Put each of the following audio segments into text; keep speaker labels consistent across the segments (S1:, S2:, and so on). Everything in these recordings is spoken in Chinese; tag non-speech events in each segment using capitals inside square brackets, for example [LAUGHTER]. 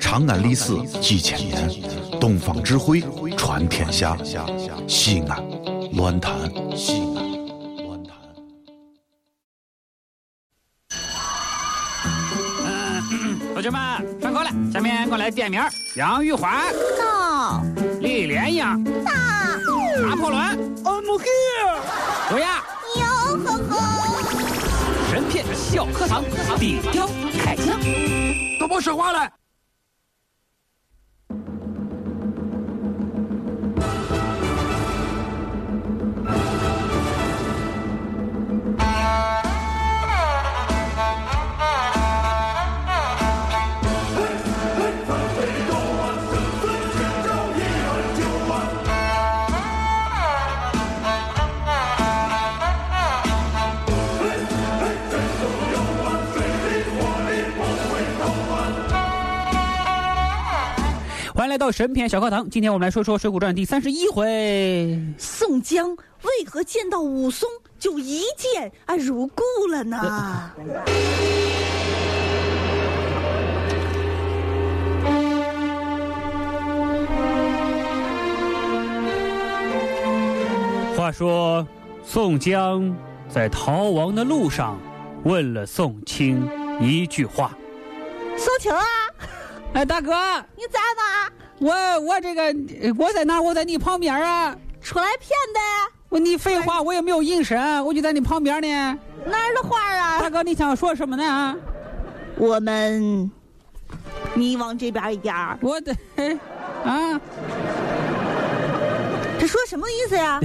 S1: 长安历史几千年，东方智慧传天下。西安，乱谈西安，乱谈。
S2: 同学们上课了，下面给我来点名儿：杨玉环、
S3: 到
S2: 李莲英、
S3: 大
S2: 拿破仑、I'm here。卓雅，
S3: 牛呵呵，
S2: 神片小课堂，底雕开讲。都别说话了。欢迎来到神片小课堂，今天我们来说说《水浒传》第三十一回。
S3: 宋江为何见到武松就一见啊如故了呢？
S2: 话说，宋江在逃亡的路上，问了宋清一句话
S3: 苏晴啊，：“
S2: 哎，大哥，
S3: 你在哪？
S2: 我我这个我在哪？我在你旁边啊！
S3: 出来骗的？
S2: 我你废话，我也没有隐身，我就在你旁边呢。
S3: 哪儿的话
S2: 大
S3: 啊？
S2: 哥，你想说什么呢？
S3: 我们，你往这边一点儿。
S2: 我的， [LAUGHS] 啊，
S3: 这说什么意思呀？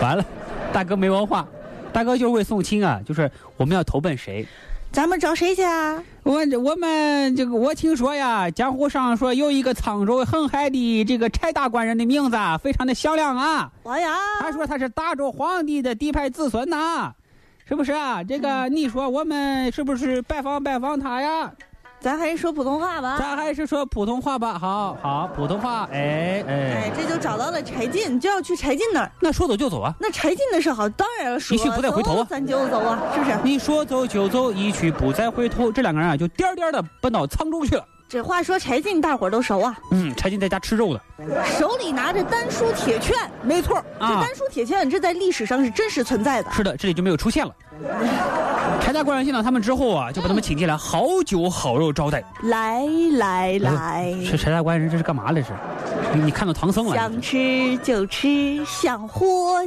S2: 完了，大哥没文化，大哥就是为宋清啊，就是我们要投奔谁？
S3: 咱们找谁去啊？
S2: 我我们这个，我听说呀，江湖上说有一个沧州横海的这个柴大官人的名字啊，非常的响亮啊。
S3: 王阳，
S2: 他说他是大周皇帝的嫡派子孙呐、是不是啊？这个你说我们是不是拜访拜访他呀？
S3: 咱还是说普通话吧。
S2: 咱还是说普通话吧，好好普通话，嗯哎
S3: 哎
S2: 哎，，
S3: 这就找到了柴进，就要去柴进那儿。
S2: 那说走就走啊！
S3: 那柴进的事好，当然要说
S2: 一去不再回头啊
S3: 走咱就走啊，是不是？
S2: 你说走就走，一去不再回头，这两个人啊就颠颠的奔到沧州去了。
S3: 这话说柴进大伙儿都熟啊，
S2: 嗯，柴进在家吃肉呢，
S3: 手里拿着丹书铁券，
S2: 没错
S3: 这
S2: 啊，
S3: 丹书铁券这在历史上是真实存在的。
S2: 是的，这里就没有出 [LAUGHS] 现了。柴大官人见到他们之后啊，就把他们请进来，好酒好肉招待。
S3: 来来来，
S2: 这柴大官人这哎是干嘛来着？你你看到唐僧了？
S3: 想吃就吃，想喝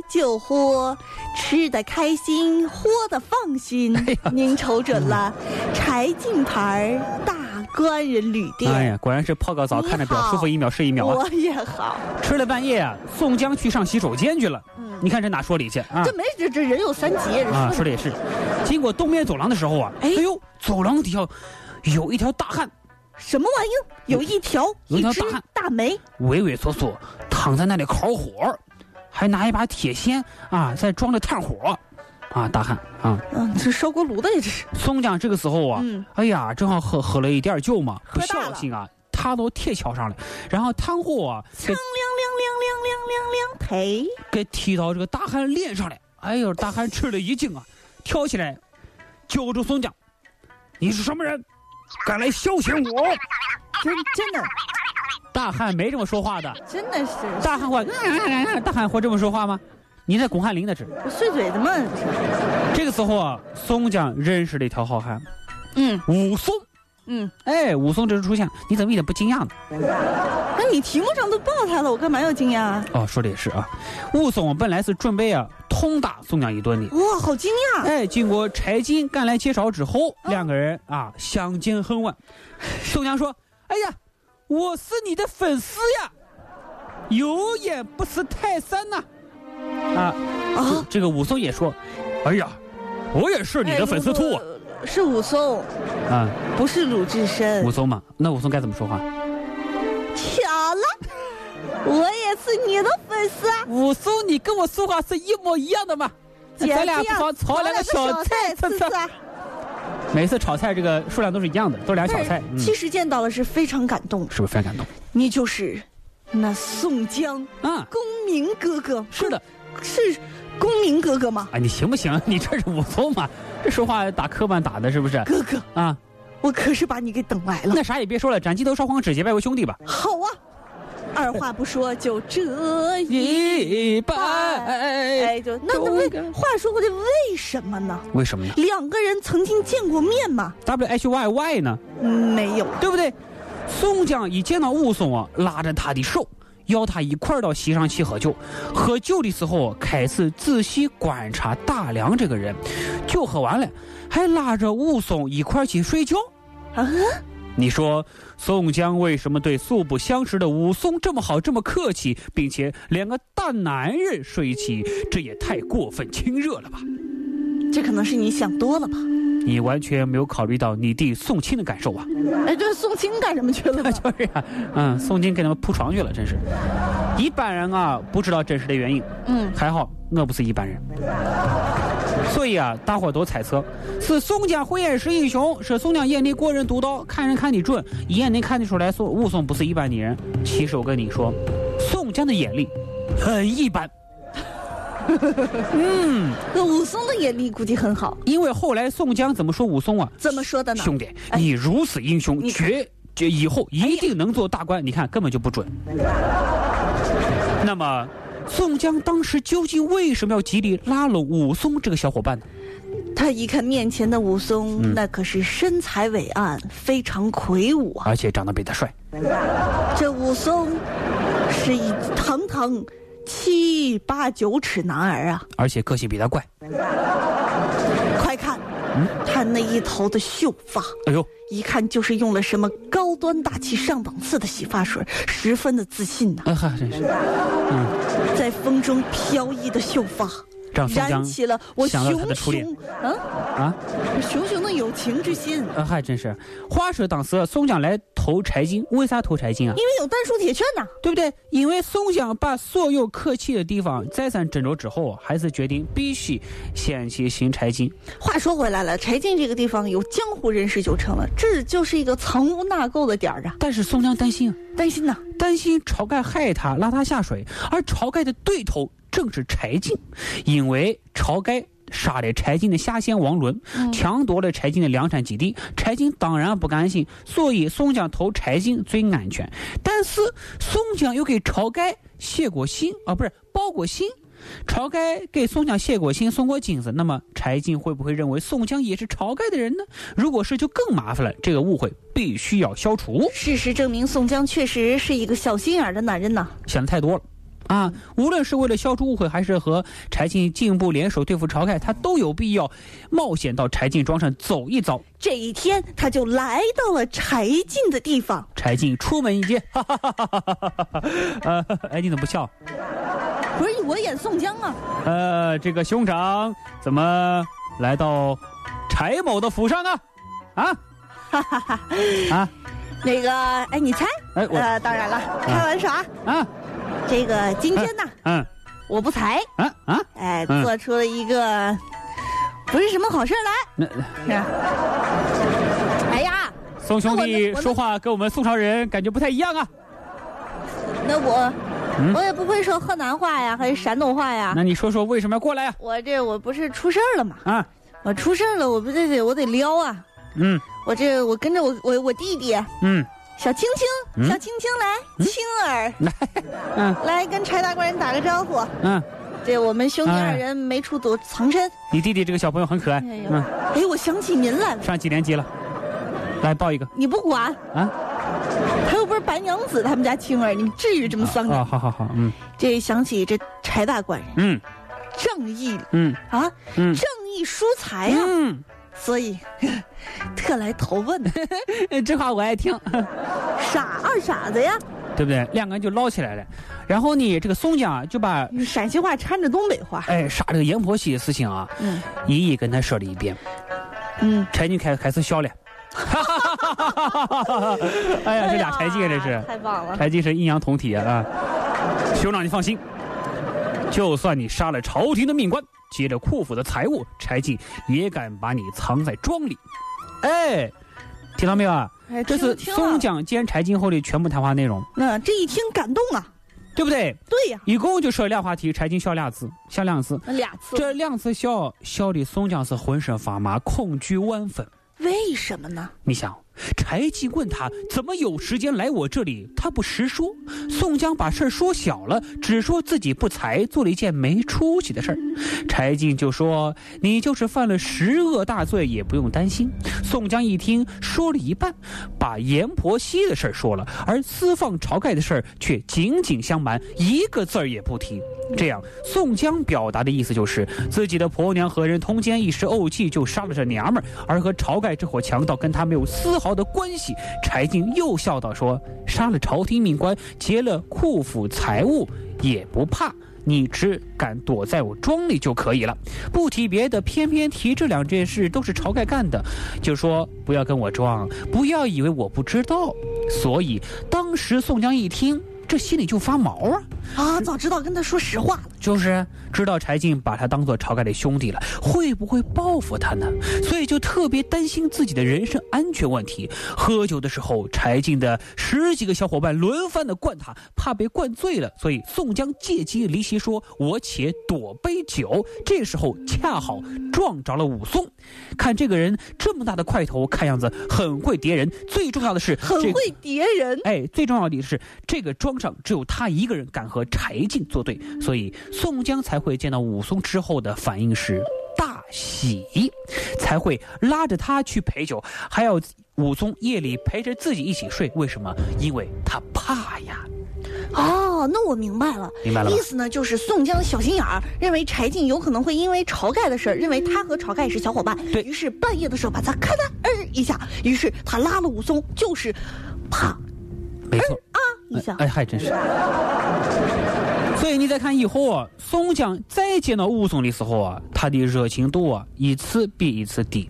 S3: 就喝，吃的开心，喝的放心。
S2: 哎
S3: 您瞅准了，
S2: 嗯
S3: 柴进牌儿大官人旅店。
S2: 哎呀，果然是泡个澡，
S3: 你
S2: 看着表，
S3: 好
S2: 舒服一秒是一秒啊！
S3: 我也好，
S2: 吃了半夜啊，宋江去上洗手间去了。
S3: 嗯
S2: 你看这哪说理去啊
S3: 这？没这这人有三急，人 [LAUGHS]
S2: 啊，
S3: 说
S2: 说
S3: 的
S2: 的也是。经过东面走廊的时候啊，哎
S3: 哎
S2: 呦，走廊底下有一条大汉，
S3: 什么玩意儿？有一条
S2: 有一
S3: 一
S2: 条
S3: 只
S2: 大汉
S3: 大梅，
S2: 畏畏缩缩躺在那里烤火，还拿一把铁锨啊，在装着炭火。啊，大汉啊，
S3: 嗯，这烧锅炉的也是，
S2: 宋江这个时候啊，
S3: 嗯
S2: 哎呀，正好喝喝了一点酒嘛，不
S3: 喝大了
S2: 小心啊，踏到铁锹上了，然后炭火啊给
S3: [LAUGHS] 苍凉凉凉凉凉凉凉， [LAUGHS] 呸！
S2: 给踢到这个大汉脸上来。哎呦，大汉吃了一惊啊，跳起来揪住宋江：“你是什么人？敢来消遣我
S3: 真真的？”
S2: 大汉没这么说话的，
S3: 真的是
S2: 大汉嗯会、大汉会这么说话吗？你在巩汉林那是。
S3: 碎嘴子嘛，
S2: 这个时候啊，宋江认识了一条好汉
S3: 嗯
S2: 武松。
S3: 嗯，
S2: 哎，武松这时出现，你怎么一点不惊讶呢？
S3: 那你题目上都报他了，我干嘛要惊讶啊？
S2: 哦，说的也是啊，武松本来是准备啊痛打宋江一顿的。
S3: 哇，好惊讶！
S2: [LAUGHS] 哎，经过柴进赶来介绍之后，两个人啊相见恨晚。宋江说：“哎呀，我是你的粉丝呀，有眼不识泰山呐、啊！”
S3: 啊，
S2: 这个武松也说：“哎呀，我也是你的粉丝兔啊
S3: 哎是武松，！”
S2: 啊，
S3: 不是鲁智深
S2: 武。松嘛，那武松该怎么说话？
S3: 巧了，我也是你的粉丝啊，
S2: 武松，你跟我说话是一模一样的嘛？
S3: 姐
S2: 哎咱俩
S3: 姐
S2: 不妨炒两个小菜
S3: 炒
S2: 吃吃
S3: 两个小。啊
S2: 每次炒菜这个数量都是一样的，都是俩小菜，
S3: 但
S2: 嗯，是
S3: 是其实见到了是非常感动，
S2: 不是非常感动？
S3: 你就是那宋江
S2: 啊，
S3: 公明哥哥，
S2: 是的。
S3: 是公明哥
S2: 哎
S3: 哥吗？
S2: [LAUGHS] 啊，你行不行？你这是武松嘛？这说话打磕绊打的，是不是？
S3: 哥哥，
S2: 啊，
S3: 我可是把你给等来了。
S2: 那啥也别说了，斩鸡头烧黄纸，结拜为兄弟吧。
S3: 好啊，二话不说就这
S2: 一
S3: 拜。哎，就那那为话说回来，为什么呢？
S2: 为什么呢
S3: 两个人曾经见过面吗？
S2: ？W H Y Y 呢？
S3: 嗯没有。
S2: 对不对？宋江一见到武松啊，拉着他的手，要他一块儿到席上去喝酒。喝酒的时候啊开始仔细观察打量这个人，酒喝完了，还拉着武松一块儿去睡觉。
S3: 啊，
S2: 你说宋江为什么对素不相识的武松这么好，这么客气，并且连个大男人睡一起，这也太过分亲热了吧？
S3: 这可能是你想多了吧？
S2: 你完全没有考虑到你弟宋清的感受啊！ [LAUGHS]
S3: 哎，这宋清干什么去了呢？
S2: 就是呀、嗯，宋金给他们铺床去了，真是。一般人啊，不知道真实的原因，
S3: 嗯，
S2: 还好我不是一般人。所以啊，大伙都猜测是宋江慧眼识英雄，是宋江眼里过人独到，看人看得准，一眼能看得出来宋武松不是一般的人。其实我跟你说，宋江的眼力很一般，
S3: 那武松的眼力估计很好，
S2: 因为后来宋江怎么说武松啊？
S3: 怎么说的呢？
S2: 兄弟，
S3: 哎
S2: 你如此英雄，
S3: 你看
S2: 绝绝以后一定能做大官。你看，根本就不准。那么，宋江当时究竟为什么要极力拉拢武松这个小伙伴呢？
S3: 他一看面前的武松，
S2: 嗯
S3: 那可是身材伟岸，非常魁梧啊。
S2: 而且长得比他帅，
S3: 这武松是一堂堂七八九尺男儿啊！
S2: 而且个性比他怪。
S3: 快看，他那一头的秀发，
S2: 哎呦，
S3: 一看就是用了什么高端大气上档次的洗发水，十分的自信呐、
S2: 哎哈，真是
S3: 在风中飘逸的秀发，
S2: 让宋
S3: 燃
S2: 江
S3: 起了我
S2: 想到他
S3: 熊
S2: 的初恋
S3: 熊啊
S2: 啊！
S3: 熊熊的友情之心。
S2: 哎嗨，真是。话说当时宋江来投柴进，为啥投柴进啊？
S3: 因为有丹书铁券呐、
S2: 对不对？因为宋江把所有客气的地方再三斟酌之后，还是决定必须先去行柴进。
S3: 话说回来了，柴进这个地方有江湖人士就称了，这就是一个藏污纳垢的点儿啊！
S2: 但是宋江担心啊，
S3: 担心呐，
S2: 担心晁盖害他，拉他下水，而晁盖的对头正是柴进，因为晁盖。杀了柴进的下线王伦，抢夺了柴进的粮产基地，柴进当然不甘心，所以宋江投柴进最安全。但是宋江又给晁盖写过信啊，不是报过信，晁盖给宋江写过信，送过金子。那么柴进会不会认为宋江也是晁盖的人呢？如果是，就更麻烦了。这个误会必须要消除。
S3: 事实证明，宋江确实是一个小心眼儿的男人呐。
S2: 想的太多了。啊，无论是为了消除误会，还是和柴进进一步联手对付晁盖，他都有必要冒险到柴进庄上走一遭。
S3: 这一天，他就来到了柴进的地方。
S2: 柴进出门一见，哈哈哈哈哈哈！呃，哎，你怎么不笑？
S3: 不是我演宋江啊， [LAUGHS]
S2: 呃，这个兄长怎么来到柴某的府上啊？啊
S3: 哈哈哈。
S2: 啊！
S3: 那个，哎，你猜？
S2: 哎，我
S3: 呃，当然了，开玩笑啊。
S2: 啊，
S3: 这个今天呢，
S2: 嗯
S3: 我不才，
S2: 啊啊，
S3: 哎，
S2: 嗯
S3: 做出了一个不是什么好事儿来。
S2: 那
S3: 是吧
S2: 嗯
S3: 哎呀，
S2: 宋兄弟
S3: 那我能我能
S2: 说话跟我们宋朝人感觉不太一样啊。
S3: 那我
S2: 嗯
S3: 我也不会说河南话呀，还是山东话呀。
S2: 那你说说为什么要过来啊？
S3: 我这我不是出事儿了吗？
S2: 啊，
S3: 我出事儿了，我不得得我得撩啊！
S2: 嗯
S3: 我这我跟着我我我弟弟
S2: 嗯
S3: 小青青，
S2: 嗯
S3: 小青青来，青儿
S2: 嗯
S3: 来跟柴大官人打个招呼。
S2: 嗯，
S3: 这我们兄弟
S2: 哎
S3: 二人没处躲藏身。
S2: 你弟弟这个小朋友很可爱。
S3: 哎呦
S2: 嗯。
S3: 哎，我想起您来了，
S2: 上几年级了？来报一个
S3: 你不管
S2: 啊！
S3: 他又不是白娘子他们家青儿，你们至于这么丧
S2: 啊、
S3: 气？
S2: 好好好，嗯
S3: 这想起这柴大官人，
S2: 嗯
S3: 正义
S2: 嗯
S3: 啊，
S2: 嗯
S3: 正义疏财呀、
S2: 嗯
S3: 所以 [LAUGHS] 特来投
S2: [LAUGHS]
S3: 问，
S2: 嗯，这话我爱听，
S3: 傻二傻子呀，
S2: 对不对？两个人就捞起来了，然后呢，这个宋江啊就把
S3: 陕西话掺着东北话。
S2: 哎杀这个阎婆惜的事情啊，
S3: 嗯
S2: 一一跟他说了一遍。
S3: 嗯，
S2: 柴进开开始笑了， [LAUGHS] 哎呀，这俩柴进啊这是。
S3: 太棒了。
S2: 柴进是阴阳同体啊啊！兄长，你放心，就算你杀了朝廷的命官，劫了库府的财物，柴进也敢把你藏在庄里。哎，听到没有啊？
S3: 哎
S2: 这是
S3: 听
S2: 松
S3: 听啊
S2: 江兼柴进后的全部谈话内容，
S3: 那这一听感动啊，
S2: 对不对？
S3: 对呀、
S2: 一共就说了俩话题，柴进笑俩字，笑两次。
S3: 那俩次
S2: 这两次笑，笑的宋江是浑身发麻，恐惧万分。
S3: 为什么呢？
S2: 你想，柴进问他怎么有时间来我这里，他不实说。宋江把事儿说小了，只说自己不才，做了一件没出息的事儿。柴进就说：“你就是犯了十恶大罪，也不用担心。”宋江一听，说了一半，把阎婆惜的事儿说了，而私放晁盖的事儿却紧紧相瞒，一个字儿也不提。这样，宋江表达的意思就是自己的婆娘和人通奸，一时怄气就杀了这娘们儿，而和晁盖这伙强盗跟他没有丝毫的关系。柴进又笑道说：“杀了朝廷命官，劫了库府财物，也不怕。”你只敢躲在我庄里就可以了，不提别的，偏偏提这两件事都是晁盖干的，就说不要跟我装，不要以为我不知道。所以当时宋江一听，这心里就发毛啊。
S3: 啊，早知道跟他说实话了。
S2: 就是知道柴进把他当做晁盖的兄弟了，会不会报复他呢？所以就特别担心自己的人身安全问题。喝酒的时候，柴进的十几个小伙伴轮番的灌他，怕被灌醉了，所以宋江借机离席说：“我且躲杯酒。”这时候恰好撞着了武松，看这个人这么大的块头，看样子很会叠人。最重要的是，
S3: 很
S2: 这个
S3: 会叠人，
S2: 哎，最重要的是，这个庄上只有他一个人敢和柴进作对，所以宋江才会见到武松之后的反应是大喜，才会拉着他去陪酒，还要武松夜里陪着自己一起睡。为什么？因为他怕呀，
S3: 哦，那我明白了。
S2: 明白了吗
S3: 意？思呢，就是宋江小心眼儿，认为柴进有可能会因为晁盖的事儿，认为他和晁盖是小伙伴，
S2: 对
S3: 于是半夜的时候把他咔嗒儿一下，于是他拉了武松，就是啪啊
S2: 没错。
S3: 一下。
S2: 哎，还真是。所以你再看以后啊，宋江再见到武松的时候啊，他的热情度啊，一次比一次
S3: [LAUGHS]
S2: 低。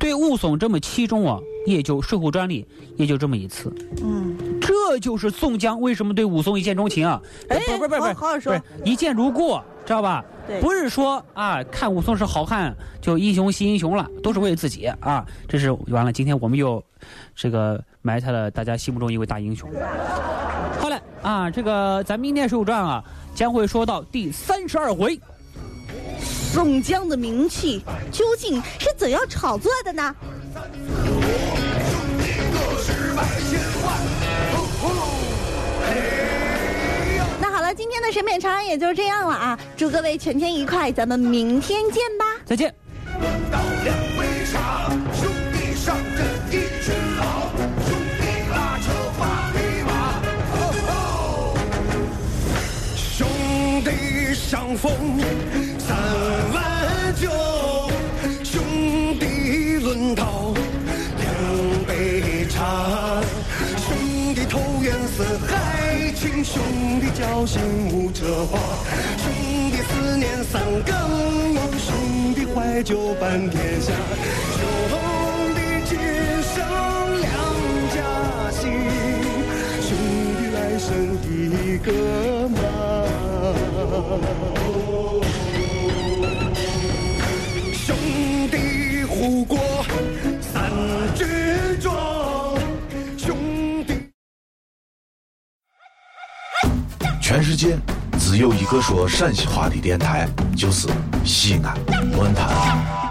S2: 对武松这么器重啊，也就《水浒传》里也就这么一次。
S3: 嗯，
S2: 这就是宋江为什么对武松一见钟情啊？
S3: 哎
S2: 不不不不
S3: 好好好
S2: 不
S3: 说
S2: 是一见如故，知道吧？
S3: 对
S2: 不是说啊，看武松是好汉就英雄惜英雄了，都是为了自己啊。这是完了，今天我们又这个埋汰了大家心目中一位大英雄。好嘞啊，这个咱们明天《水浒传》啊，将会说到第三十二回。
S3: 宋江的名气究竟是怎样炒作的呢？那好了，今天的审美长安也就这样了啊！祝各位全天愉快，咱们明天见吧。
S2: 再见。
S4: 到两杯茶，兄弟上阵一群老，兄弟拉车把匹马，吼吼！兄弟相逢三碗酒，兄弟论道两杯茶，兄弟投缘四海情，兄弟交心无折花，兄弟思念三更梦，兄弟怀旧伴天下，兄弟今生两家亲，兄弟来生一个妈。兄弟护国三军壮，兄弟。
S1: 全世界只有一个说陕西话的电台，就是西安论坛。